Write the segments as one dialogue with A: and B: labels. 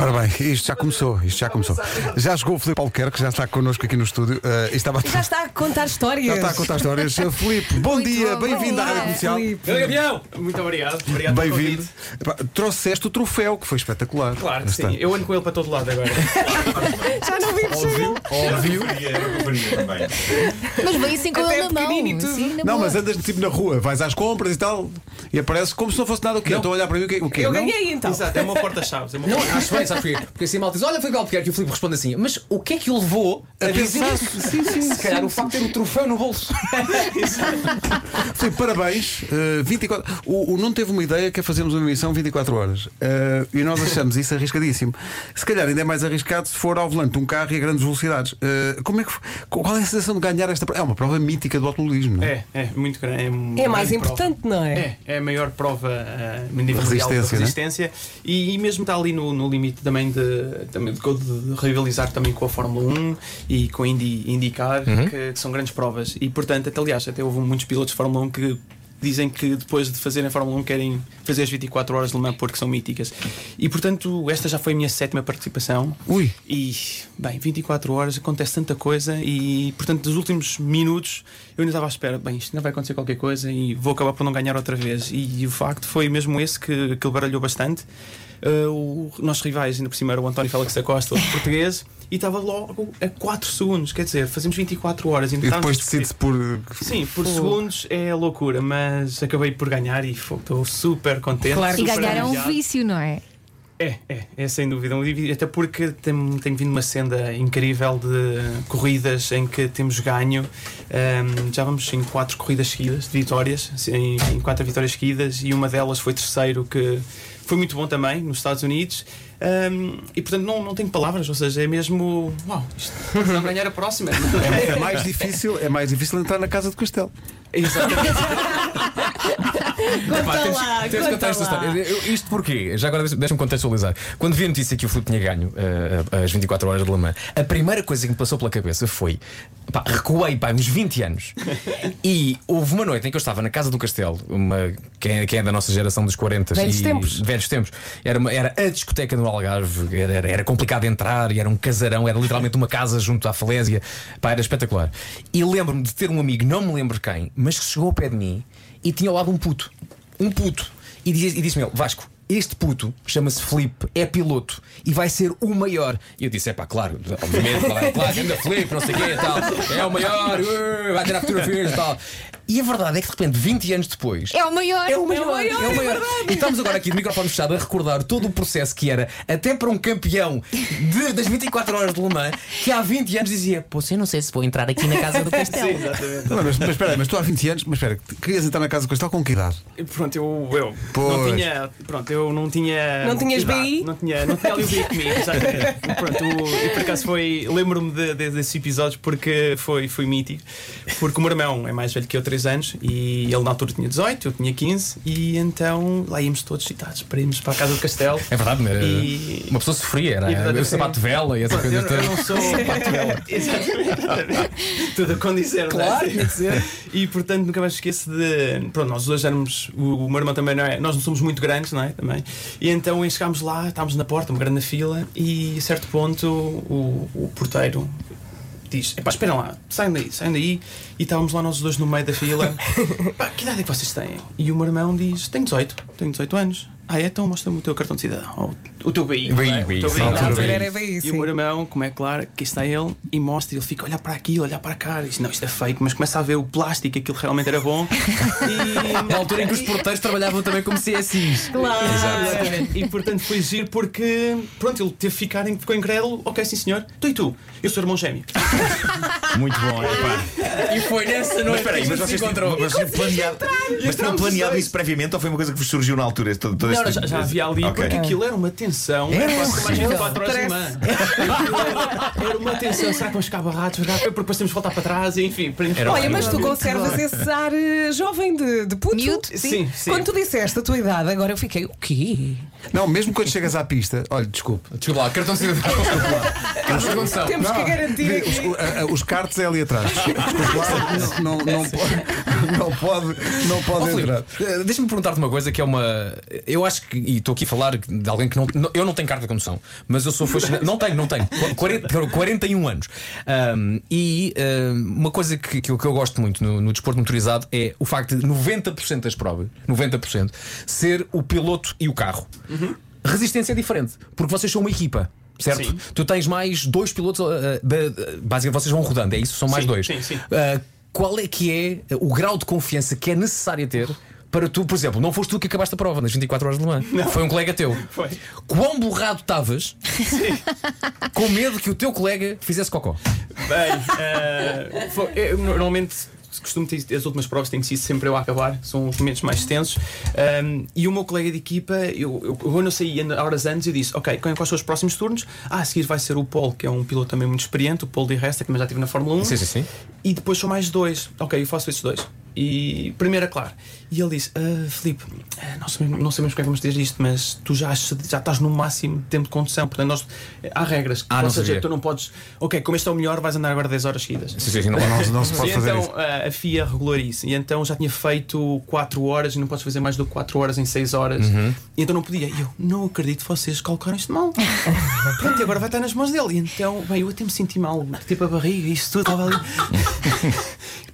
A: Ora bem, isto já começou, isto já começou. Já chegou o Filipe Albuquerque, já está connosco aqui no estúdio eh, e estava
B: Já está a contar histórias.
A: já está a contar histórias. Filipe, bom
B: Muito
A: dia,
B: bom,
A: bem-vindo
B: bom
A: à Rádio
B: dia,
A: Comercial.
B: Filipe.
C: Gabriel! Muito obrigado. obrigado pelo
A: Bem-vindo.
C: convite.
A: Epá, Trouxeste o troféu, que foi espetacular.
C: Claro que
A: Lá está.
C: sim. Eu ando com ele para todo lado agora.
B: Já não vimos sem ele.
A: Óbvio.
D: É,
E: Mas veio assim com
B: Até
E: ele na mão.
B: pequenino e tudo.
E: Sim, na
A: Não,
E: boa.
A: mas andas tipo na rua, vais às compras e tal, e aparece como se não fosse nada o quê? Estão a olhar para mim o quê? O quê?
B: Eu
A: Não?
B: ganhei então.
C: Exato, é uma porta-chaves. É uma
F: Não,
C: porta
F: acho Ah, bem, sabes porquê? Porque assim mal diz, olha, foi igual porque e o Filipe responde assim, mas o que é que o levou a dizer
A: pensar-
F: isso? Se calhar o facto de ter o troféu no bolso.
A: Filipe, parabéns. eh, 24... o, o Nuno teve uma ideia que é fazermos uma emissão 24 horas. eh, e nós achamos isso arriscadíssimo. Se calhar ainda é mais arriscado se for ao volante de um carro e a grandes velocidades. Eh, como é que, qual é a sensação de ganhar esta prova? É uma prova mítica do automobilismo. não é?
C: É, é muito grande. É, uma
B: É mais
C: grande
B: importante,
C: prova.
B: não é?
C: É, é a maior prova eh, a nível
A: Resistência,
C: mundial
A: né?
C: de resistência. E, e mesmo está ali no, no limite também de, também de, de rivalizar também com a Fórmula 1 e com a Indy, IndyCar,
A: Uhum.
C: que, que são grandes provas. E portanto, até, aliás, até houve muitos pilotos de Fórmula 1 que dizem que depois de fazerem a Fórmula 1 querem fazer as 24 horas de Le Mans porque são míticas. E portanto, esta já foi a minha sétima participação.
A: Ui.
C: E, bem, 24 horas, acontece tanta coisa e, portanto, dos últimos minutos eu ainda estava à espera, bem, isto ainda vai acontecer qualquer coisa e vou acabar por não ganhar outra vez. E, o facto foi mesmo esse que, que ele baralhou bastante. Eh, o, nossos rivais, ainda por cima, era o António Félix da Costa, outro português, e estava logo a 4 segundos, quer dizer, fazemos 24 horas.
A: E depois
C: decides
A: decide-se por.
C: Sim, por segundos é loucura, mas acabei por ganhar e fô, estou super contente.
B: Claro que
E: E
C: super
E: ganhar é um
C: aliviado.
E: vício, não é?
C: É, é, é sem dúvida. um indivíduo, Até porque tem, tem vindo uma senda incrível de corridas em que temos ganho. Ahm, já vamos em quatro corridas seguidas, de vitórias, assim, em, em quatro vitórias seguidas, e uma delas foi terceiro, que foi muito bom também, nos Estados Unidos. Ahm, e portanto não, não tenho palavras, ou seja, é mesmo. Uau, isto não ganhar a próxima.
A: É, é mais difícil, é mais difícil entrar na casa de Castelo.
C: Exatamente.
B: Conta
F: Pá, temos,
B: Tá lá,
F: temos que
B: conta
F: contar esta
B: lá.
F: história. Eu- eu- isto porquê? Já agora deixa- deixa-me contextualizar. Quando vi a notícia que o Filipe tinha ganho eh, as 24 horas de Le Mans, a primeira coisa que me passou pela cabeça foi: pá, recuei pá, uns 20 anos. E houve uma noite em que eu estava na Casa do Castelo, uma, quem, quem é da nossa geração dos 40
B: Velhos
F: e-
B: tempos.
F: velhos tempos. Era, uma- era a discoteca no Algarve, era, era- era complicado entrar, e era um casarão, era literalmente uma casa junto à falésia. Pá, era espetacular. E lembro-me de ter um amigo, não me lembro quem, mas que chegou ao pé de mim e tinha ao lado um puto. Um puto. E diz- e disse-me ele, Vasco. Este puto chama-se Felipe, é piloto e vai ser o maior. E eu disse: é pá, claro, obviamente, claro, claro, ainda Felipe, não sei o quê e tal, é o maior, uh, vai ter a fotografias e tal. E a verdade é que de repente, 20 anos depois,
E: É o maior.
F: é o maior,
B: É o maior,
F: é o
B: é
F: maior.
B: verdade.
F: E estamos agora aqui de microfone fechado a recordar todo o processo que era, até para um campeão de- das 24 horas de Le Mans, que há 20 anos dizia: Pô, eu não sei se vou entrar aqui na casa do
C: Sim,
F: Castelo.
C: exatamente.
A: Não, mas, mas espera aí, mas tu há 20 anos, mas espera, querias entrar na casa de Castelo com que idade?
C: Pronto, eu, eu
A: Pois.
C: não tinha. Pronto, eu não tinha.
B: Não tinhas
C: idade,
B: BI?
C: Não tinha, não tinha ali o BI comigo, exatamente. Pronto, o- e por acaso foi. Lembro-me de, de- desses episódios porque foi, foi mítico. Porque o meu irmão é mais velho que eu, 3 anos, e ele na altura tinha 18, eu tinha 15, e então lá íamos todos citados para irmos para a casa do castelo.
F: É verdade, era,
C: E-
F: uma pessoa sofria, era,
C: E
F: era
C: verdade,
F: o sapato de vela e essa
C: Pronto, eu,
F: coisa
C: eu não
F: toda.
C: sou. Exatamente. Tudo a condizer, não é?
F: Claro, tinha de ser.
C: E portanto nunca mais esqueço de. Pronto, nós dois éramos. O, o meu irmão também não é. Nós não somos muito grandes, não é? Também. E então e chegámos lá, estávamos na porta, uma grande fila, e a certo ponto o, o porteiro diz: Epá, esperem lá, saiam daí, saiam daí. E estávamos lá nós dois no meio da fila. Pá, que idade é que vocês têm? E o meu irmão diz: Tenho 18, tenho 18 anos. Ah, é? então mostra-me o teu cartão de cidadão. ou O teu BI. não é? O
F: BI,
C: teu
F: sim,
B: Na
F: Tudo
B: altura
F: bem.
B: era bem
C: e o
B: isso.
C: meu irmão, como é claro, que está ele e mostra, ele fica a olhar para aqui, a olhar para cá, e diz: Não, isto é fake, mas começa a ver o plástico, aquilo realmente era bom. E.
F: Na altura em que os porteiros trabalhavam também como CSIs.
B: Claro.
C: E portanto foi giro porque pronto, ele teve que ficar, ficou incrédulo, ok, sim senhor, tu e tu, eu sou irmão gêmeo.
D: Muito bom, é pá.
F: E foi nessa noite que a gente se encontrou.
D: mas tinham planeado, mas tinham
C: entramos
D: planeado
C: seis.
D: isso previamente ou foi uma coisa que vos surgiu na altura? Todo, todo
C: Não,
D: este
C: não, já,
D: tipo
C: já
D: de-
C: havia ali,
D: Ok.
C: porque aquilo era uma tensão.
F: Era
C: Era quase mais
F: horrível.
C: 24 horas de semana. Aquilo Era, era uma tensão, será que vamos ficar barrados? Será que- é Porque depois temos que voltar para trás, e, enfim. para-
F: Era
B: Olha,
F: horrível.
B: mas tu conservas esse ar eh, jovem de, de puto.
E: Miúdo.
C: Sim, sim.
B: Quando tu disseste a tua idade, agora eu fiquei, o quê?
A: Não, mesmo quando chegas à pista, olha, desculpe.
F: Desculpa lá, cartão de cidadão. Desculpa lá.
B: Temos que garantir
A: Os,
B: aqui.
A: a- a- os cartes é ali atrás. Desculpe lá, não, não, não pode, não pode, não
F: Ó,
A: pode
F: Filipe,
A: entrar.
F: eh, Deixa-me perguntar-te uma coisa que é uma. Eu, acho que, e estou aqui a falar de alguém que não, não- Eu não tenho carta de condução, mas eu sou fascinado. não tenho, não tenho. Qu- 40, 41 anos. Ahm, e ahm, uma coisa que, que eu que eu gosto muito no, no desporto motorizado é o facto de 90% das provas, 90%, ser o piloto e o carro.
C: Uhum.
F: Resistência é diferente, porque vocês são uma equipa. Certo?
C: Sim.
F: Tu tens mais dois pilotos. ah, ah, da- da- basicamente, vocês vão rodando, é isso? São mais
C: Sim,
F: dois.
C: sim, sim.
F: Uh, qual é que é o grau de confiança que é necessário ter para tu, por exemplo, não foste tu que acabaste a prova nas 24 horas de Le Mans, foi um colega teu.
C: Foi.
F: Quão borrado estavas com medo que o teu colega fizesse cocó?
C: Bem, eh, foi- eu normalmente costumo ter as últimas provas têm que ser sempre eu a acabar, são os momentos mais tensos. Ahm, e o meu colega de equipa, eu, eu, eu não saí ainda horas antes e disse: Ok, quais quais são os próximos turnos? Ah, a seguir vai ser o Paul, que é um piloto também muito experiente, o Paul de Resta, que também já estive na Fórmula 1.
F: Sim, sim, sim.
C: E depois são mais dois. Ok, eu faço esses dois. E primeira, claro. E ele disse: "Ah, Filipe, ah, nós sabemos- não sabemos como é que vamos dizer isto, mas tu já, achas- já estás no máximo de tempo de condução. Portanto, nós, há regras.
F: Ah, não
C: Ou seja,
F: sabia.
C: tu não podes. Ok, como este é o melhor, vais andar agora 10 horas seguidas.
A: Não, se- não se pode
C: e
A: fazer
C: então
A: isso.
C: a- a FIA regulou isso. E então já tinha feito 4 horas e não podes fazer mais do que 4 horas em 6 horas.
A: Uhum.
C: E então não podia. E eu não acredito que vocês calcularam isto mal. Pronto, e agora vai estar nas mãos dele. E então, bem, eu até me senti mal, tipo a barriga, isso tudo estava ali.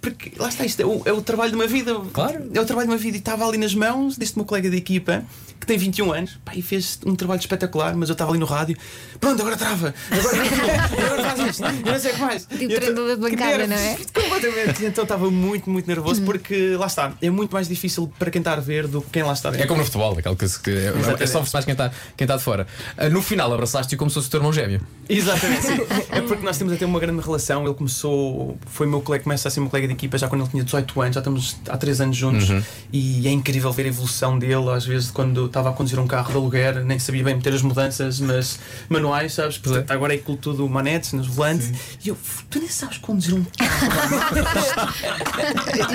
C: Porque lá está, isto é o, é o trabalho de uma vida.
F: Claro.
C: É o trabalho de uma vida. E estava ali nas mãos deste meu colega de equipa, que tem 21 anos, pá, e fez um trabalho espetacular, mas eu estava ali no rádio. Pronto, agora trava. Agora, agora faz isto. Eu não sei o que mais.
E: Tipo
C: E eu
E: treinador
C: tô-
E: da bancada,
C: que nervos.
E: não é?
C: Completamente. Então estava muito, muito nervoso, porque lá está, é muito mais difícil para quem está a ver do que quem lá está dentro.
F: É como no futebol, aquela coisa que é, é só mais quem está quem tá de fora. Ah, No final, abraçaste-o como se fosse o teu irmão gêmeo.
C: Exatamente, sim. É porque nós temos até uma grande relação. Ele começou, foi meu colega, começa a ser meu colega de equipa já quando ele tinha 18 anos, já estamos há 3 anos juntos e é incrível ver a evolução dele. Às vezes, quando estava a conduzir um carro de aluguer, nem sabia bem meter as mudanças, mas manuais, sabes? Portanto, agora é aquilo tudo manetes, nos volantes. E eu, tu nem sabes conduzir um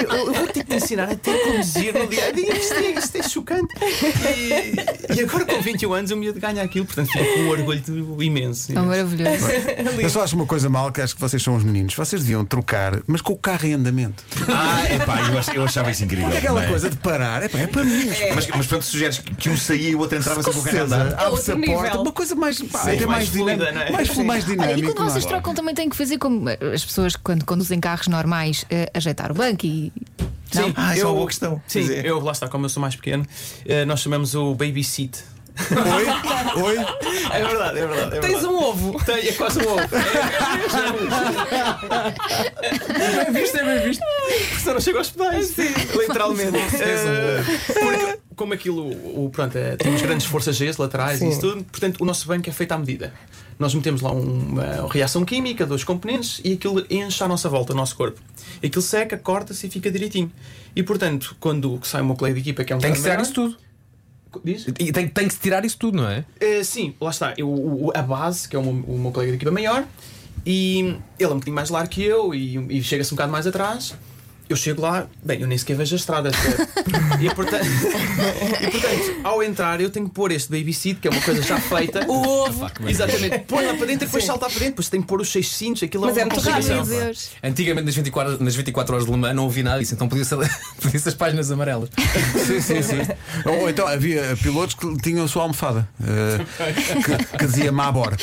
C: eu, eu vou ter que te ensinar a ter que conduzir no dia a dia. Isto é, isto é chocante. E, e agora com 21 anos o miúdo ganha aquilo, portanto fico com um orgulho imenso.
E: É maravilhoso.
A: Eu só acho uma coisa mal que acho que vocês são os meninos. Vocês deviam trocar, mas com o carro em andamento.
D: Ah, é pá, eu, ach- eu achava isso incrível.
A: Porque é aquela
D: mas-
A: coisa de parar, é, pá, é para mim.
D: Mas, mas pronto, sugeres que que um saía e o outro entrava sem
A: Com
D: qualquer
A: certeza,
D: andar.
A: abre-se a
B: outro
A: porta,
B: nível.
A: uma coisa mais, pá,
C: Sim,
A: ainda
C: mais
A: mais,
C: fluida,
A: dinâmica,
C: não é?
A: mais,
C: Sim.
A: mais
E: Olha,
A: dinâmico.
E: e quando
A: não é?
E: vocês trocam também têm que fazer como eh, as pessoas que quando conduzem carros normais eh, ajeitar o banco e.
C: Sim,
D: Ah, isso é uma boa questão.
C: Sim,
D: Pois é.
C: eu lá está, como eu sou mais pequeno, eh, nós chamamos o baby seat.
A: Oi? Oi?
C: É verdade, é verdade. É
B: Tens
C: verdade.
B: um ovo.
C: Tem, é quase um ovo. É bem visto, é bem visto. Porque só não chega aos pedais. Literalmente. Eh, porque, como aquilo, o, pronto, eh, temos grandes forças G laterais e isso tudo, portanto, o nosso banco é feito à medida. Nós metemos lá um, uma reação química, dois componentes, e aquilo enche à nossa volta, o nosso corpo. Aquilo seca, corta-se e fica direitinho. E portanto, quando sai uma colega de equipa que é um
F: Tem que
C: bocado
F: se tirar
C: maior-
F: isso tudo.
C: Diz?
F: E tem, tem que se tirar isso tudo, não é?
C: Uh, sim, lá está. Eu, o- o- a base, que é o meu, o meu colega de equipa maior, e ele é um bocadinho mais largo que eu e, e chega-se um bocado mais atrás. Eu chego lá, bem, eu nem sequer vejo a estrada. até. e, portanto, e portanto, ao entrar, eu tenho que pôr este baby seat, que é uma coisa já feita.
B: O ovo.
C: Exatamente, põe lá para dentro e depois salta para dentro. Depois tenho que pôr os seis cintos, aquilo
B: Mas
C: é
B: é
C: uma
B: muito
E: Ai,
B: rápido.
C: complicação.
E: meu Deus.
F: Então, Antigamente, nas 24, nas 24 horas de Le Mans, não ouvi nada disso, então podia-se podia as páginas amarelas.
A: Sim, sim, sim. Ou, ou então havia pilotos que tinham a sua almofada eh, que, que dizia má bora.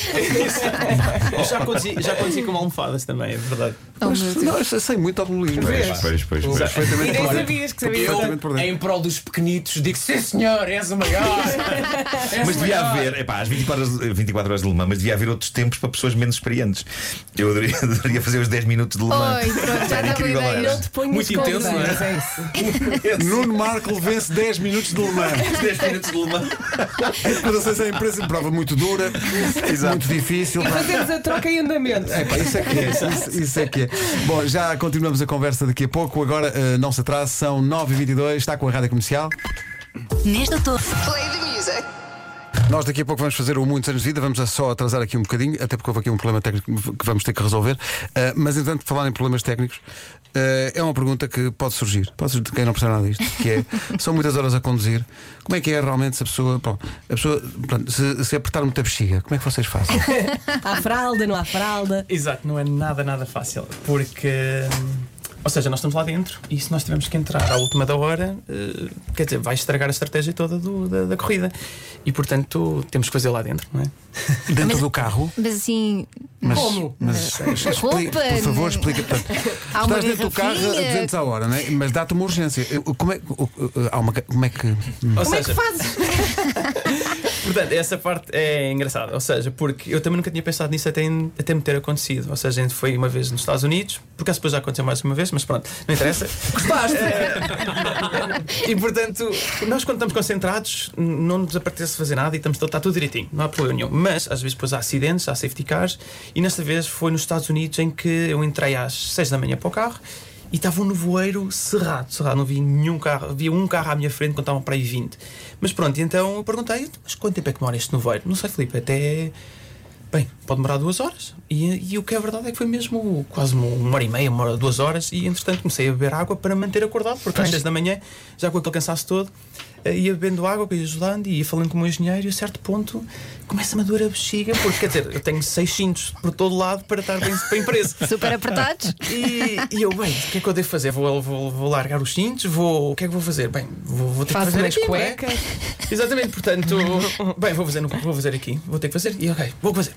C: Eu já conduzi, já conduzi com almofadas também, é verdade.
E: Oh,
A: Mas,
E: meu Deus.
A: não, eu sei muito automobilismo.
D: Pois, pois, pois. pois.
B: E
A: Perfeitamente
B: nem
A: por dentro.
B: sabias que É sabias.
A: Perfeitamente por dentro.
F: em prol dos pequenitos, digo: sim, senhor, és o maior. És
D: Mas
F: o
D: devia
F: maior."
D: haver, epá, às 24 horas, eh, 24 horas de Le Mans, mas devia haver outros tempos para pessoas menos experientes. Eu adoraria, adoraria fazer os 10 minutos de Le Mans.
E: Oi, pronto, já
D: Era
E: dava
D: é incrível,
E: ideia.
D: era.
E: Ele te
B: Põe
F: Muito
B: nos
F: intenso, não é?
B: contos. é isso.
A: Nuno Marco vence 10 minutos de Le Mans.
D: Os 10 minutos de Le Mans.
A: Eu não sei se é empresa prova muito dura, muito difícil.
B: E fazemos a troca em andamento.
A: Epá, isso é que é, isso, isso é que é. Bom, já continuamos a conversa daqui a pouco. Agora, eh, não se atrase, são 9h22, está com a rádio comercial.
G: Neste doutor.
A: Nós daqui a pouco vamos fazer o Muitos Anos de Vida, vamos a só atrasar aqui um bocadinho, até porque houve aqui um problema técnico que vamos ter que resolver. Ah, mas, entretanto, por falar em problemas técnicos, ah, é uma pergunta que pode surgir, pode surgir de quem não percebe nada disto, que é, são muitas horas a conduzir, como é que é realmente se a pessoa, bom, a pessoa, pronto, se, se apertar muita bexiga, como é que vocês fazem?
B: Há fralda, não há fralda.
C: Exato, não é nada, nada fácil. Porque. hum, Ou seja, nós estamos lá dentro e se nós tivermos que entrar à última da hora, eh, quer dizer, vai estragar a estratégia toda do- da, da corrida. E portanto temos que fazer lá dentro, não é?
A: Dentro
E: Mas-
A: do carro.
E: Mas assim,
A: Mas,
B: Como?
A: Mas, expli-
E: roupa,
A: por favor,
E: né?
A: explica. portanto,
E: Há uma
A: Estás dentro do carro a
E: garrafinha.
A: 200 a hora, né? mas dá-te uma urgência. Eu- Como é, o- o- há uma, como é que.
C: Ou
B: Como é
C: seja,
B: que fazes?
C: Portanto, essa parte é engraçada, ou seja, porque eu também nunca tinha pensado nisso até, até me ter acontecido. Ou seja, foi uma vez nos Estados Unidos, por acaso depois já aconteceu mais uma vez, mas pronto, não interessa. Gostaste! Eh, e portanto, nós quando estamos concentrados, n- não nos apetece fazer nada e estamos, está tudo direitinho, não há problema nenhum. Mas às vezes depois há acidentes, há safety cars, e nesta vez foi nos Estados Unidos em que eu entrei às 6 da manhã para o carro. E estava um nevoeiro cerrado, cerrado, não vi nenhum carro, havia um carro à minha frente quando estavam para aí 20. Mas pronto, e então eu perguntei, mas quanto tempo é que demora este nevoeiro? Não sei, Filipe, até. Bem, pode demorar duas horas. E, e o que é verdade é que foi mesmo quase uma, uma hora e meia, uma hora, duas horas, e entretanto comecei a beber água para manter acordado, porque às seis da manhã, já com aquele cansaço todo, eh, ia bebendo água, ia ajudando, e ia falando com o meu engenheiro, e a certo ponto começa-me a doer a bexiga, porque quer dizer, eu tenho seis cintos por todo lado para estar bem, bem preso.
E: super apertados.
C: E, e eu, bem, o que é que eu devo fazer? Vou, vou, vou largar os cintos? Vou, o que é que vou fazer? Bem, vou, vou ter
B: Faz
C: que fazer
B: umas
C: aqui, não é?
B: cuecas.
C: Exatamente, portanto, bem, vou fazer, no- vou fazer aqui, vou ter que fazer, e ok, vou fazer.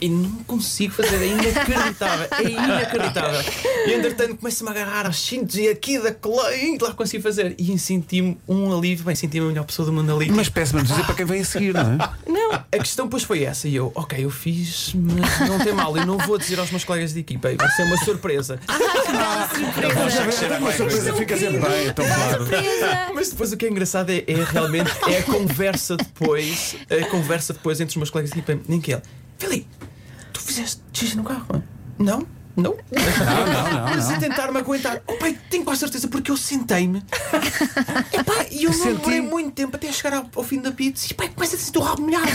C: E não consigo fazer, é inacreditável, é inacreditável. E entretanto começo-me a agarrar aos cintos e aqui da cola, e lá consigo fazer. E senti-me um alívio, bem, senti-me a melhor pessoa do mundo ali.
A: Mas péssima notícia para quem vem a seguir, não é?
C: Não, a questão depois foi essa. E eu, ok, eu fiz, mas não tem mal. Eu não vou dizer aos meus colegas de equipa. Vai ser uma surpresa.
A: é Uma surpresa fica sempre bem, então claro.
C: Mas depois o que é engraçado é, é realmente é a conversa depois, a conversa depois entre os meus colegas de equipa. Nem que ele, Filipe, tu fizeste xixi no carro? Não, não.
A: Não, não, não.
C: Mas a
A: não.
C: tentar-me aguentar. Oh, pai, tenho quase certeza, porque eu sentei-me. Epá, E eu não
A: Senti-
C: demorei muito tempo até chegar ao, ao fim da pizza. E pai, começa a sentir o rabo molhado.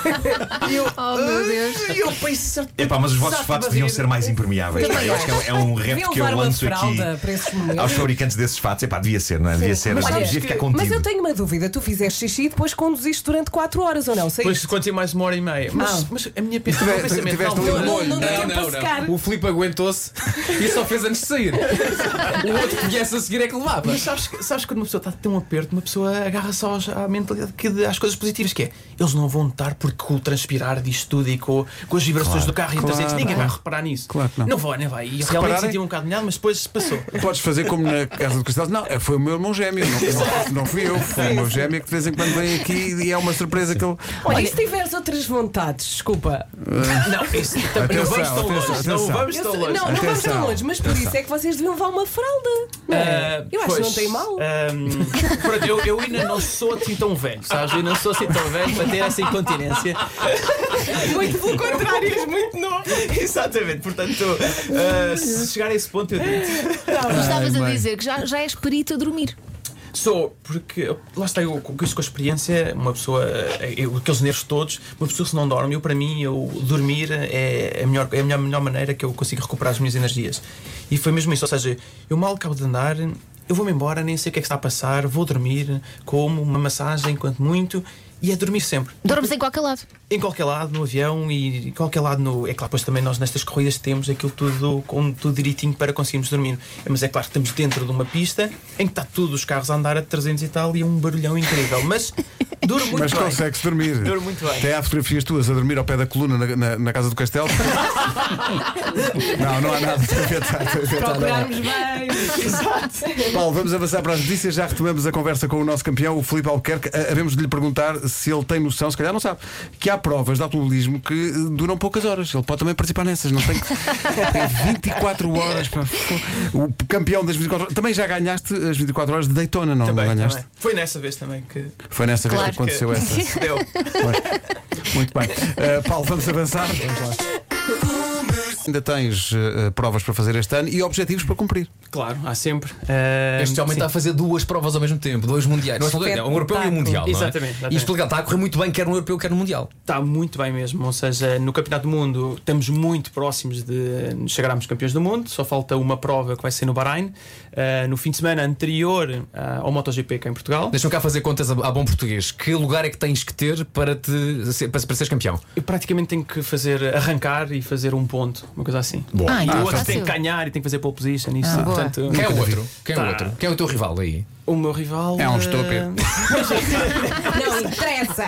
C: e eu, "Ah",
E: Oh, meu Deus.
C: E eu, pai, certo.
D: Epá, mas os vossos
C: Exato,
B: tipo
D: fatos
C: mas
D: deviam
C: eu-
D: ser mais impermeáveis. pá. Eu acho que é, é um rap
B: Deviam
D: que eu
B: levar uma
D: lanço aqui
B: fralda para esses
D: aos
B: momentos.
D: fabricantes desses fatos. Epá, devia ser, não é? Devia ser.
B: Mas
D: devia
B: sabes
D: ficar
C: que-
D: contigo.
B: Mas eu tenho uma dúvida: tu fizeste xixi e depois conduziste durante 4 horas ou não? Sei
C: Depois contei mais uma hora e meia. Mas,
B: Ah.
C: mas a minha pensa- o
A: Tiveste-
C: meu pensamento. na
A: tiveste um
B: não,
C: altura-
B: não, não deu tempo para secar.
F: O Filipe aguentou-se e só fez antes de sair. O outro que viesse a seguir é que levava.
C: Mas sabes, que- sabes quando uma pessoa está tão aperto, uma pessoa agarra só à mentalidade que de- às coisas positivas, que é eles não vão notar porque com o transpirar disto tudo e com, com as vibrações do carro e
A: claro,
C: intercentes, ninguém
A: claro.
C: vai reparar nisso.
A: Claro que não.
C: vai, nem vai. E realmente
A: repararem-
C: senti um bocado molhado, mas depois passou.
A: Podes fazer como na Casa do Cristal. Não, eh, foi o meu irmão gêmeo. Não, não, não fui eu. Foi o meu gêmeo que de vez em quando vem aqui e é uma surpresa que ele.
B: Olha, e se tiveres outras vontades, desculpa.
C: não, isso também não
A: Atenção,
C: vamos tão longe.
A: atenção,
C: Não
A: atenção.
C: vamos
B: Eu
C: tão
B: sei-
C: longe.
B: não, não vamos tão
A: Atenção.
B: longe, mas por isso é que vocês deviam levar uma fralda. não é?
C: Ah,
B: eu acho que não
C: pois,
B: tem mal.
C: ah, pronto, eu, eu ainda não sou assim tão velho, sabes? Eu não sou assim tão velho para ter essa incontinência.
B: Muito pelo contrário, és muito novo.
C: Exatamente, portanto, ah, se chegar a esse ponto, eu digo.
E: Tu estavas a
A: mãe.
E: dizer que já, já és perito a dormir. Sou.
C: Porque lá está eu, com isso com a experiência, uma pessoa, eh, eu, aqueles nervos todos, uma pessoa se não dorme, eu para mim, eu dormir é a melhor, é a melhor, melhor maneira que eu consigo recuperar as minhas energias. E foi mesmo isso, ou seja, eu mal acabo de andar, eu vou-me embora, nem sei o que é que está a passar, vou dormir, como uma massagem, quanto muito, e é dormir sempre
E: Dormes em qualquer lado.
C: em qualquer lado, no avião e em qualquer lado no. É claro, pois também nós nestas corridas temos aquilo tudo com tudo direitinho para conseguirmos dormir. Mas é claro que estamos dentro de uma pista em que está todos os carros a andar a 300 e tal e é um barulhão incrível. Mas duro muito
A: Mas
C: bem.
A: consegues dormir.
C: Durmo muito bem.
A: Até há fotografias tuas a dormir ao pé da coluna na, na- na Casa do Castelo. não, não há nada a tá, inventar. a inventar, não há.
B: Procurarmos Tá bem.
A: Paulo, vamos avançar para as notícias. Já retomamos a conversa com o nosso campeão, o Filipe Albuquerque. Ah, Havemos de lhe perguntar se ele tem noção, se calhar não sabe, que há provas de automobilismo que eh, duram poucas horas. Ele pode também participar nessas, não tem que. Tem 24 horas. Pá. O campeão das 24 horas. Também já ganhaste as 24 horas de Daytona, não,
C: Também,
A: não ganhaste?
C: também. Foi nessa vez também que.
A: Foi nessa vez
E: Claro.
A: que aconteceu essa.
C: que deu.
A: Pois. Muito bem. Uh, Paulo, vamos avançar. Ainda tens uh, uh, provas para fazer este ano e objetivos para cumprir.
C: Claro, há sempre. Ah,
F: Este homem
C: sim.
F: está a fazer duas provas ao mesmo tempo, dois mundiais. Não, são dois, não, um europeu e um mundial. não é?
C: Exatamente, exatamente.
F: E isto legal, está a correr muito bem, quer no europeu, quer no mundial.
C: Está muito bem mesmo, ou seja, no Campeonato do Mundo estamos muito próximos de chegarmos campeões do mundo, só falta uma prova que vai ser no Bahrein, eh, no fim de semana anterior ah, ao MotoGP cá em Portugal.
F: Deixa-me cá fazer contas a, a bom português. Que lugar é que tens que ter para, te, ser- para, para seres campeão?
C: Eu praticamente tenho que fazer arrancar e fazer um ponto, uma coisa assim.
E: Ah,
C: E
E: então
C: o outro
E: fácil.
C: tem que ganhar e tem que fazer pole position e isso.
E: Ah, boa.
C: Portanto,
F: Quem é o outro? Quem é o outro? Quem é o teu rival aí?
C: o meu rival.
A: É um
C: eh,
A: estúpido.
B: Não interessa.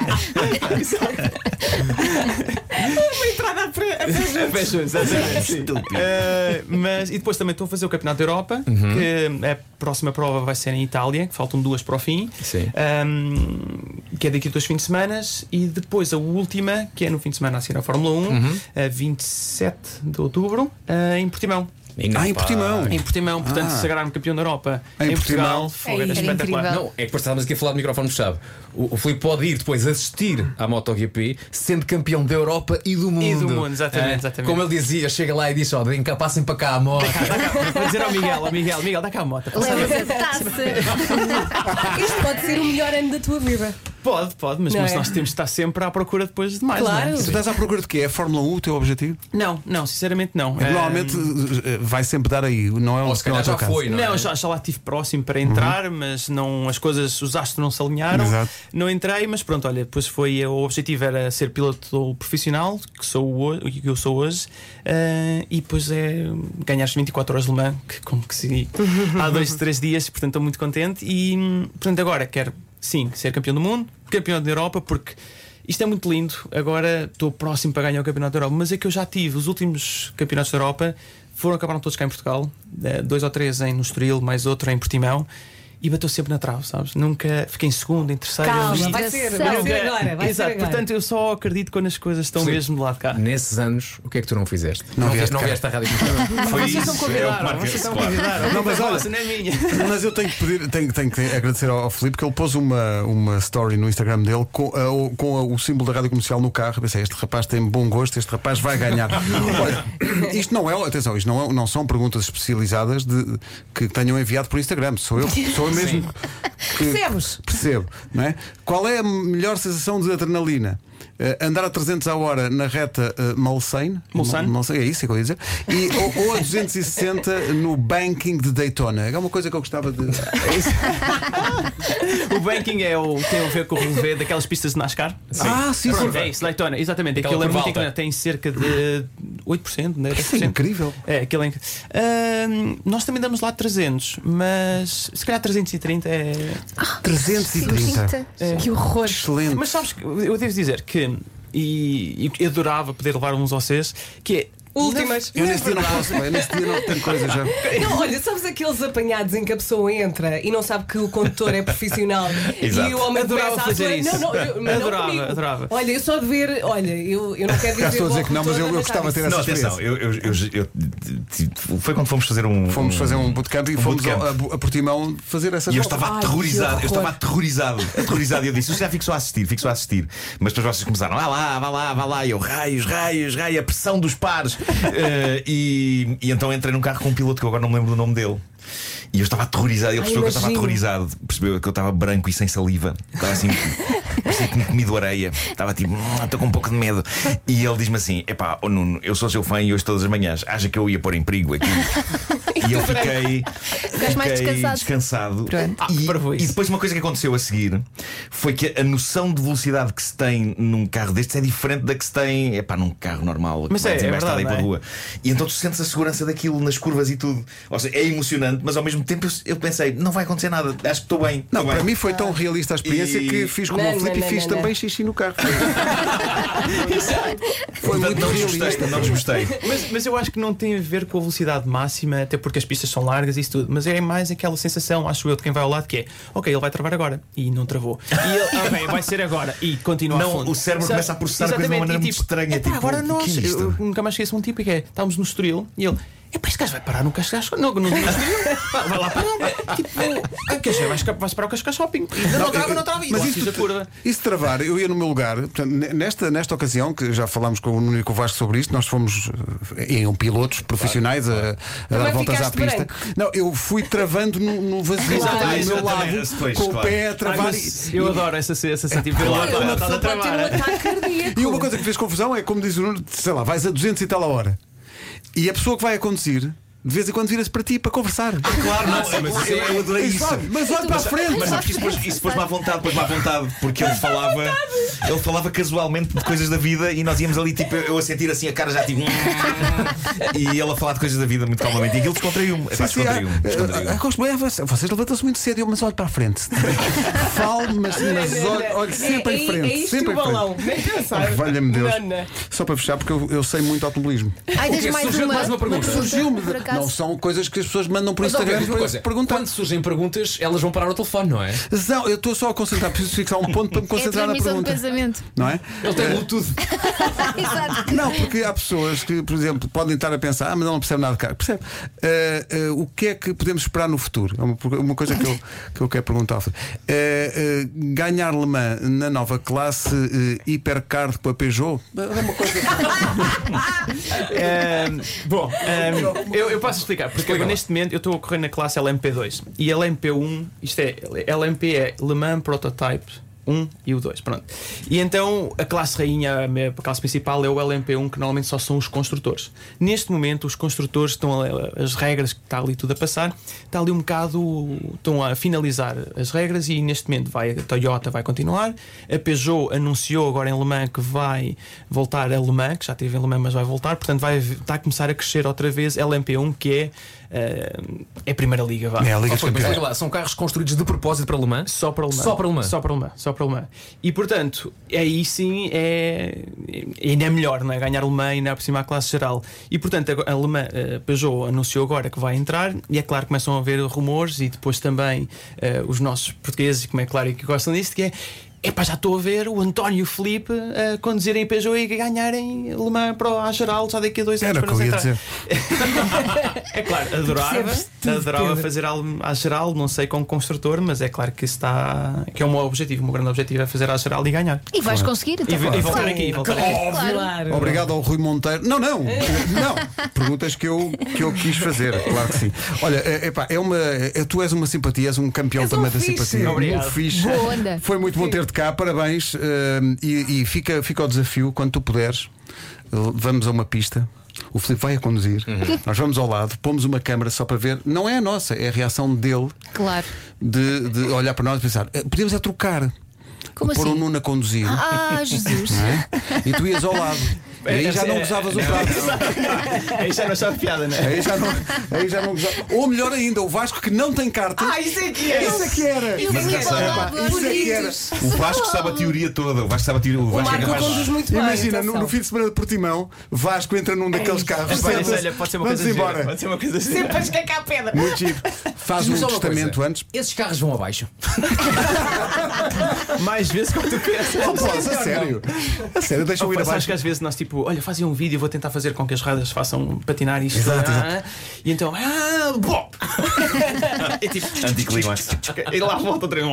C: Uma entrada a pé a pé juntos. exatamente. sim. Eh, mas, e depois também estou a fazer o Campeonato da Europa, que a próxima prova vai ser em Itália, que faltam duas para o fim,
F: Sim.
C: Ehm, que é daqui a dois fins de semana, e depois a última, que é no fim de semana a seguir à Fórmula 1, a 27 de outubro, eh, em Portimão.
A: Ah, em Portimão.
C: Em Portimão, portanto,
A: Ah.
C: sagrar-me campeão da Europa
A: Em
C: em,
A: Portimão.
C: Portugal, foi
E: Era
C: espetacular.
E: incrível.
F: Não, é que estávamos aqui a falar de microfone fechado. O, o Filipe pode ir depois assistir à MotoGP, sendo campeão da Europa e do mundo.
C: mundo, exatamente,
F: Ah,
C: exatamente.
F: Como ele dizia, chega lá e diz: Ó, vem cá, passem para cá a moto.
C: Vou dizer ao Miguel, ao Miguel, Miguel, dá cá a moto.
E: Levas a taça.
B: Este pode ser o melhor ano da tua vida.
C: Pode, pode, mas,
B: Não
C: mas
B: é?
C: nós temos de estar sempre à procura depois de mais.
B: Claro.
C: Não, é?
A: Tu estás à procura de quê? É a Fórmula 1 o teu objetivo? É
C: não, não, sinceramente não.
F: É,
A: Normalmente
C: Ahm,
A: eh, vai sempre dar aí, não é um
F: Ou se
A: não é
F: calhar
A: o teu
F: já
A: caso.
F: foi, não é?
C: Não, já, já lá estive próximo para entrar, mas não, as coisas, os astros não se alinharam.
A: Exato.
C: Não entrei, mas pronto, olha, depois foi. O objetivo era ser piloto profissional, que sou ho- que eu sou hoje, ah, e depois é ganhar as 24 horas de Le Mans, que como consegui há dois, três dias, portanto estou muito contente. E hum, portanto agora quero, sim, ser campeão do mundo, campeão da Europa, porque. Isto é muito lindo. Agora estou próximo para ganhar o Campeonato da Europa, mas é que eu já tive os últimos Campeonatos da Europa foram acabaram todos cá em Portugal, eh, dois ou três em no Estoril, mais outro em Portimão. E bateu sempre na trave, sabes? Nunca fiquei em segundo, em terceiro.
E: Calma,
C: em-
E: vai
B: Vai ser, vai ser agora. Vai
C: Exato,
B: ser agora.
C: portanto eu só acredito quando as coisas estão
F: Sim.
C: mesmo do lado de cá.
F: Nesses anos, o que é que tu não fizeste?
A: Não
F: fiz-
A: vieste
F: não
A: cá.
F: vieste à rádio comercial.
D: Foi
C: vocês não
D: isso. é o que
C: convidaram,
D: marca
C: vocês não
D: claro.
C: convidaram.
A: Não, mas olha-
C: Nossa, não é minha.
A: Mas eu tenho que pedir, tenho, tenho que agradecer ao, ao Filipe que ele pôs uma, uma story no Instagram dele com, a- o- com a- o símbolo da rádio comercial no carro. Eu Pensei, este rapaz tem bom gosto, este rapaz vai ganhar. Olha, isto não é, atenção, isto não, é- não são perguntas especializadas de, que tenham enviado por Instagram. Sou eu, sou eu mesmo. que-
B: Percebes?
A: Percebo, não é? Qual é a melhor sensação de adrenalina? Eh, andar a 300 à hora na reta uh, Molsane,
C: Mulsanne.
A: Mol- Molsanne, é isso é que eu ia dizer, e, ou, ou a 260 no banking de Daytona. É uma coisa que eu gostava de. É
C: O banking é o, tem a ver com o relevé daquelas pistas de NASCAR.
A: Ah, sim,
C: Pronto,
A: sim.
C: é isso, Daytona, exatamente.
F: Aquela
C: Aquilo é
F: por
C: muito
F: volta.
C: incrível. Tem cerca de 8%, né?
A: Isso é incrível.
C: É, aquilo é incrível. Ahn, nós também damos lá 300, mas se calhar 330 é.
A: 330.
E: Que horror.
A: Excelente.
C: Mas sabes, que eu devo dizer que. E, e eu adorava poder levar uns a vocês, que é.
B: Últimas.
A: eu
B: Não é
A: nesse dia não posso, pá, eu nesse dia não tenho coisa já.
B: Não, olha, sabes aqueles apanhados em que a pessoa entra e não sabe que o condutor é profissional
D: Exato.
B: e o homem
C: Adorava
B: começa a
C: fazer
B: falar,
C: isso.
B: Não, não, eu, mas não
C: Adorava,
B: comigo.
C: adorava.
B: Olha, eu só de ver, olha, eu, eu não quero dizer.
A: Já estou a dizer que não, mas eu, eu gostava de ter essa
D: Não, atenção,
A: experiência.
D: eu, eu- eu- eu- t- t- foi quando fomos fazer um.
A: Fomos fazer um bootcamp e fomos
D: bootcamp.
A: ao- a, a Portimão fazer essa
D: E eu
A: volta.
D: estava
B: Ai,
D: aterrorizado,
B: que
D: eu estava
B: horror.
D: aterrorizado, aterrorizado. E eu disse: eu já fico só a assistir, fico só a assistir. Mas depois vocês começaram: vá lá, vá lá, vá lá. E eu, raios, raios, raio, a pressão dos pares. Eh, e, e então entrei num carro com um piloto que eu agora não me lembro do nome dele. E eu estava aterrorizado, ele percebeu que eu estava
B: imagino.
D: aterrorizado, percebeu que eu estava branco e sem saliva, estava assim, parecia que tinha comido areia, estava tipo, "Hum, estou com um pouco de medo. E ele diz-me assim: epá, oh Nuno, eu sou seu fã e hoje todas as manhãs, acha que eu ia pôr em perigo aqui? e eu fiquei,
E: Ficaste mais
D: fiquei
E: descansado.
D: descansado.
E: Pronto.
C: Ah, que parvo
D: E,
C: isso.
D: e depois uma coisa que aconteceu a seguir foi que a noção de velocidade que se tem num carro destes é diferente da que se tem epá, num carro normal que
C: Mas
D: vai
C: é- é
D: desembestada
C: verdade,
D: aí pela
C: não é?
D: rua. E então tu sentes a segurança daquilo nas curvas e tudo. Ou seja, é emocionante, mas ao mesmo tempo eu, eu pensei, não vai acontecer nada, acho que estou bem.
A: Não,
D: estou
A: para mim
D: bem.
A: foi tão realista a experiência
D: E-
A: que fiz como
B: Não,
A: o Filipe e
B: não,
A: fiz
B: não, não.
A: também xixi no carro. Foi
D: Portanto,
A: muito
D: não desgostei,
A: realista.
D: não desgostei.
C: Mas, mas eu acho que não tem a ver com a velocidade máxima, até porque as pistas são largas e isso tudo. Mas é mais aquela sensação, acho eu, de quem vai ao lado, que é: ok, ele vai travar agora. E não travou. E ele, ok, vai ser agora. E continua a
D: Não,
C: fundo.
D: o cérebro
C: Sabe?
D: começa a processar a coisa de uma
C: Exatamente.
D: maneira
C: E
D: muito estranha,
C: "Epá,
D: tipo,
C: agora
D: "O
C: nós.
D: que é isto?"
C: eu nunca mais esqueço um tipo que é: estávamos no Estoril e ele. Epá, este gajo vai parar no Cascais Não, não diz Estoril. Vai vai lá parar. Tipo, ah, quer dizer, vais, vais parar o Cascais Shopping. E Não, não trava, não trava. E
A: Mas
C: lá
A: isso,
C: fiz a curva.
A: isso de travar, eu ia no meu lugar, portanto, ne- nesta, nesta ocasião, que já falámos com o Nuno e com o Vasco sobre isto, nós fomos eh, em pilotos profissionais a- a, dar
B: Também
A: voltas à
B: é ficaste
A: pista.
B: branco.
A: Não, eu fui travando no, no vazio,
D: Exatamente,
A: ao meu
D: exatamente,
A: lado,
D: pois,
A: com o
D: claro.
A: pé a travar.
C: Ai,
A: e-
C: mas eu adoro essa, essa sentimento.
D: Claro,
B: Uma
D: Estás
B: pessoa
C: a
B: pode ter um
C: travar.
B: ataque cardíaco.
A: E uma coisa que fez confusão é, como diz o Nuno, sei lá, vais a 200 e tal a hora. E a pessoa que vai a conduzir de vez em quando vira-se para ti para conversar.
D: Claro, não, mas eu, eu adorei
A: Ei,
D: isso.
A: Fábio, mas olha para a frente.
D: Mas sabes que isso pôs- isso pôs-me à vontade, pôs-me à vontade, porque ele falava, ele falava casualmente de coisas da vida e nós íamos ali, tipo, eu a sentir assim a cara já tipo. e ele a falar de coisas da vida muito calmamente. E aquilo descontraiu-me. Epá,
A: Sim, sim, há-
D: Descontraiu-me. descontraiu-me.
A: há- há- gosto bem, é, vocês- Vocês levantam-se muito cedo, eu, mas olho para a frente. Falo, mas, mas olho, olho sempre
B: é,
A: em
B: É, é
A: frente.
B: isto
A: Sempre
B: o
A: em
B: balão.
A: frente.
B: Nem pensar.
A: Valha-me Deus.
B: Não, não.
A: Só para fechar, porque eu, eu sei muito automobilismo.
E: Ai,
F: O
E: tens
F: quê?
E: mais
F: Surgiu
E: uma,
F: mais uma pergunta.
A: Surgiu-me.
E: Por
A: de-
E: acaso?
A: Não são coisas que as pessoas mandam por
F: Mas, ó,
A: Instagram
F: Pedro, uma
A: para
F: coisa,
A: perguntar.
F: Quando surgem perguntas, elas vão parar o telefone, não é?
A: Não, eu estou só a concentrar, preciso fixar um ponto para me
E: É a
A: concentrar na
E: transmissão de
A: pergunta.
E: pensamento.
A: Não é?
F: Ele tem Bluetooth.
E: Exato.
A: Não, porque há pessoas que, por exemplo, podem estar a pensar, ah, mas ela não percebe nada de carro. Percebe? Eh, eh, o que é que podemos esperar no futuro? É uma, pergu- uma coisa que eu, que eu quero perguntar. Eh, eh, ganhar Le Mans na nova classe eh, hipercard com a Peugeot?
C: Ahm, bom, ahm, eu, eu posso explicar, porque
F: Explica lá.
C: neste momento eu estou a correr na classe LMP2 e LMP1, isto é, LMP é Le Mans Prototype 1 e o 2, pronto. E então a classe rainha, a minha classe principal é o LMP1, que normalmente só são os construtores. Neste momento, os construtores estão a, as regras que está ali tudo a passar, está ali um bocado, estão a finalizar as regras e neste momento vai, a Toyota vai continuar, a Peugeot anunciou agora em Le Mans que vai voltar a Le Mans, que já esteve em Le Mans, mas vai voltar, portanto vai, está a começar a crescer outra vez LMP1, que é, eh, é a primeira liga, vá.
A: É a Liga
F: Ó,
A: dos
F: Oh, Filipe, mas
A: Campeões.
F: diga lá, são carros construídos de propósito para Le Mans?
C: Só para o Le Mans.
F: Só para o Le Mans.
C: Só para o Le Mans, só para o Le Mans. E portanto, aí sim é. é- Ainda é melhor, não é? Ganhar o Le Mans e ainda por cima a classe geral. E portanto, agora- a Le Mans, eh, Peugeot anunciou agora que vai entrar e é claro, começam a haver rumores e depois também eh, os nossos portugueses, como é claro e que gostam disto, que é. Epá, já estou a ver o António e o Felipe a conduzirem Peugeot e ganharem Le Mans para a geral já daqui a dois anos.
A: Era o
C: para
A: que eu
C: nós
A: ia
C: entrar."
A: dizer.
C: É claro, adorava,
B: Percebes tudo,
C: adorava
B: Pedro.
C: fazer algo à geral, não sei com construtor, mas é claro que está. que é o meu objetivo, o meu grande objetivo é fazer à geral e ganhar.
E: E vais conseguir,
C: E,
E: então.
C: e voltar aqui, e voltar aqui.
B: Claro.
A: Obrigado ao Rui Monteiro. Não, não, não. Perguntas que eu, que eu quis fazer, claro que sim. Olha, é, epá, é uma, é- tu és uma simpatia, és um campeão
B: És um
A: também da
B: fixe.
A: simpatia.
C: Obrigado.
A: Muito fixe.
E: Boa onda.
A: Foi muito bom ter-te cá, parabéns. hum, e e fica, fica o desafio, quando tu puderes, vamos a uma pista. O Filipe vai a conduzir, nós vamos ao lado, pomos uma câmara só para ver. Não é a nossa, é a reação dele
E: Claro.
A: de, de olhar para nós e pensar: "Eh, podíamos é trocar.
E: Como
A: Pôr um o
E: assim?
A: Nuno a conduzir
E: Ah, Jesus.
A: não é? E tu ias ao lado. E aí já não gozavas o prato.
C: Aí já não sabe piada, não é?
A: Aí já não, aí já não gozavas. Ou melhor ainda, o Vasco que não tem carta.
B: Ah, isso é que é.
A: Isso é que era!
E: Eu
D: Mas
E: vim
D: atenção,
E: para
D: epá,
E: lá, agora.
A: Isso é que era!
E: Bonitos.
D: O Vasco sabe a teoria toda. O Vasco sabe a teoria. O
B: O
D: Vasco é
B: Marco
D: capaz.
B: conduz muito bem.
A: Imagina, no,
B: atenção.
A: no fim de semana de Portimão, Vasco entra num daqueles carros.
C: Pá,
A: senta-se,
C: isso, olha, pode ser uma
A: Vamos
C: coisa gira,
A: embora.
C: Pode ser é uma coisa assim. gira.
B: Sempre a escacar a pedra.
A: Muito giro. Faz um
F: Diz-me só uma
A: testamento
F: coisa.
A: antes.
F: Esses carros vão abaixo.
C: Mais vezes quando tu pensas.
A: Não posso, a sério. A sério, deixa-o ir
C: Opa, sabes
A: abaixo.
C: que às vezes nós tipo, olha, fazem um vídeo, vou tentar fazer com que as rodas façam patinar isto.
A: Exato,
C: ah, E então, ah, bom! é tipo,
D: Anticlimax.
C: e lá volta outra vez.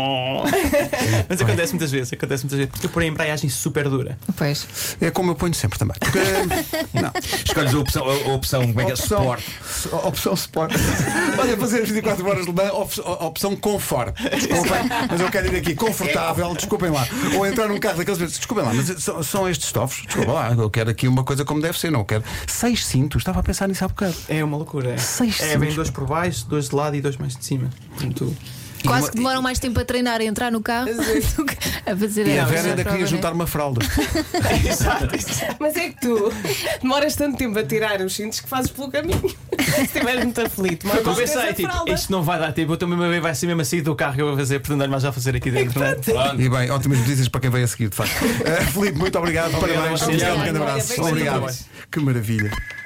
C: Mas acontece muitas vezes, acontece muitas vezes, porque eu pôr a embreagem super dura.
E: Pois.
A: É como eu ponho sempre também. Porque- não.
D: Escolhes a opção, a, a opção, como é que é?
A: Opção,
D: Sport.
A: opção Sport. Olha, fazer as 24 horas de banho, opção conforme. Desculpem, mas eu quero ir aqui confortável, desculpem lá. Ou entrar num carro daqueles vezes, desculpem lá, mas são, são estes estofos? Desculpa lá, eu quero aqui uma coisa como deve ser, não eu quero. Seis cintos, estava a pensar nisso há bocado.
C: É uma loucura.
A: Seis
C: é, vem dois por baixo, dois de lado e dois mais de cima. Muito.
A: é
E: Quase que demoram mais tempo a treinar a entrar no carro do que a fazer
A: E a
E: prova,
A: Vera ainda
E: né?
A: queria juntar uma fralda.
B: Mas é que tu demoras tanto tempo a tirar os cintos que fazes pelo caminho. Se estiveres muito aflito, mas
C: Eu pensei, tipo, isto não vai dar tempo, eu também me vai ser mesmo a sair do carro que eu vou fazer, portanto, olha, mas já fazer aqui dentro.
A: E bem, ótimas notícias para quem veio a seguir, de facto. Eh, Filipe, muito obrigado,
C: Obrigado a
A: parabéns.
C: vocês.
A: Um grande
B: Obrigado.
A: abraço.
B: Obrigado.
A: Obrigado. Que maravilha.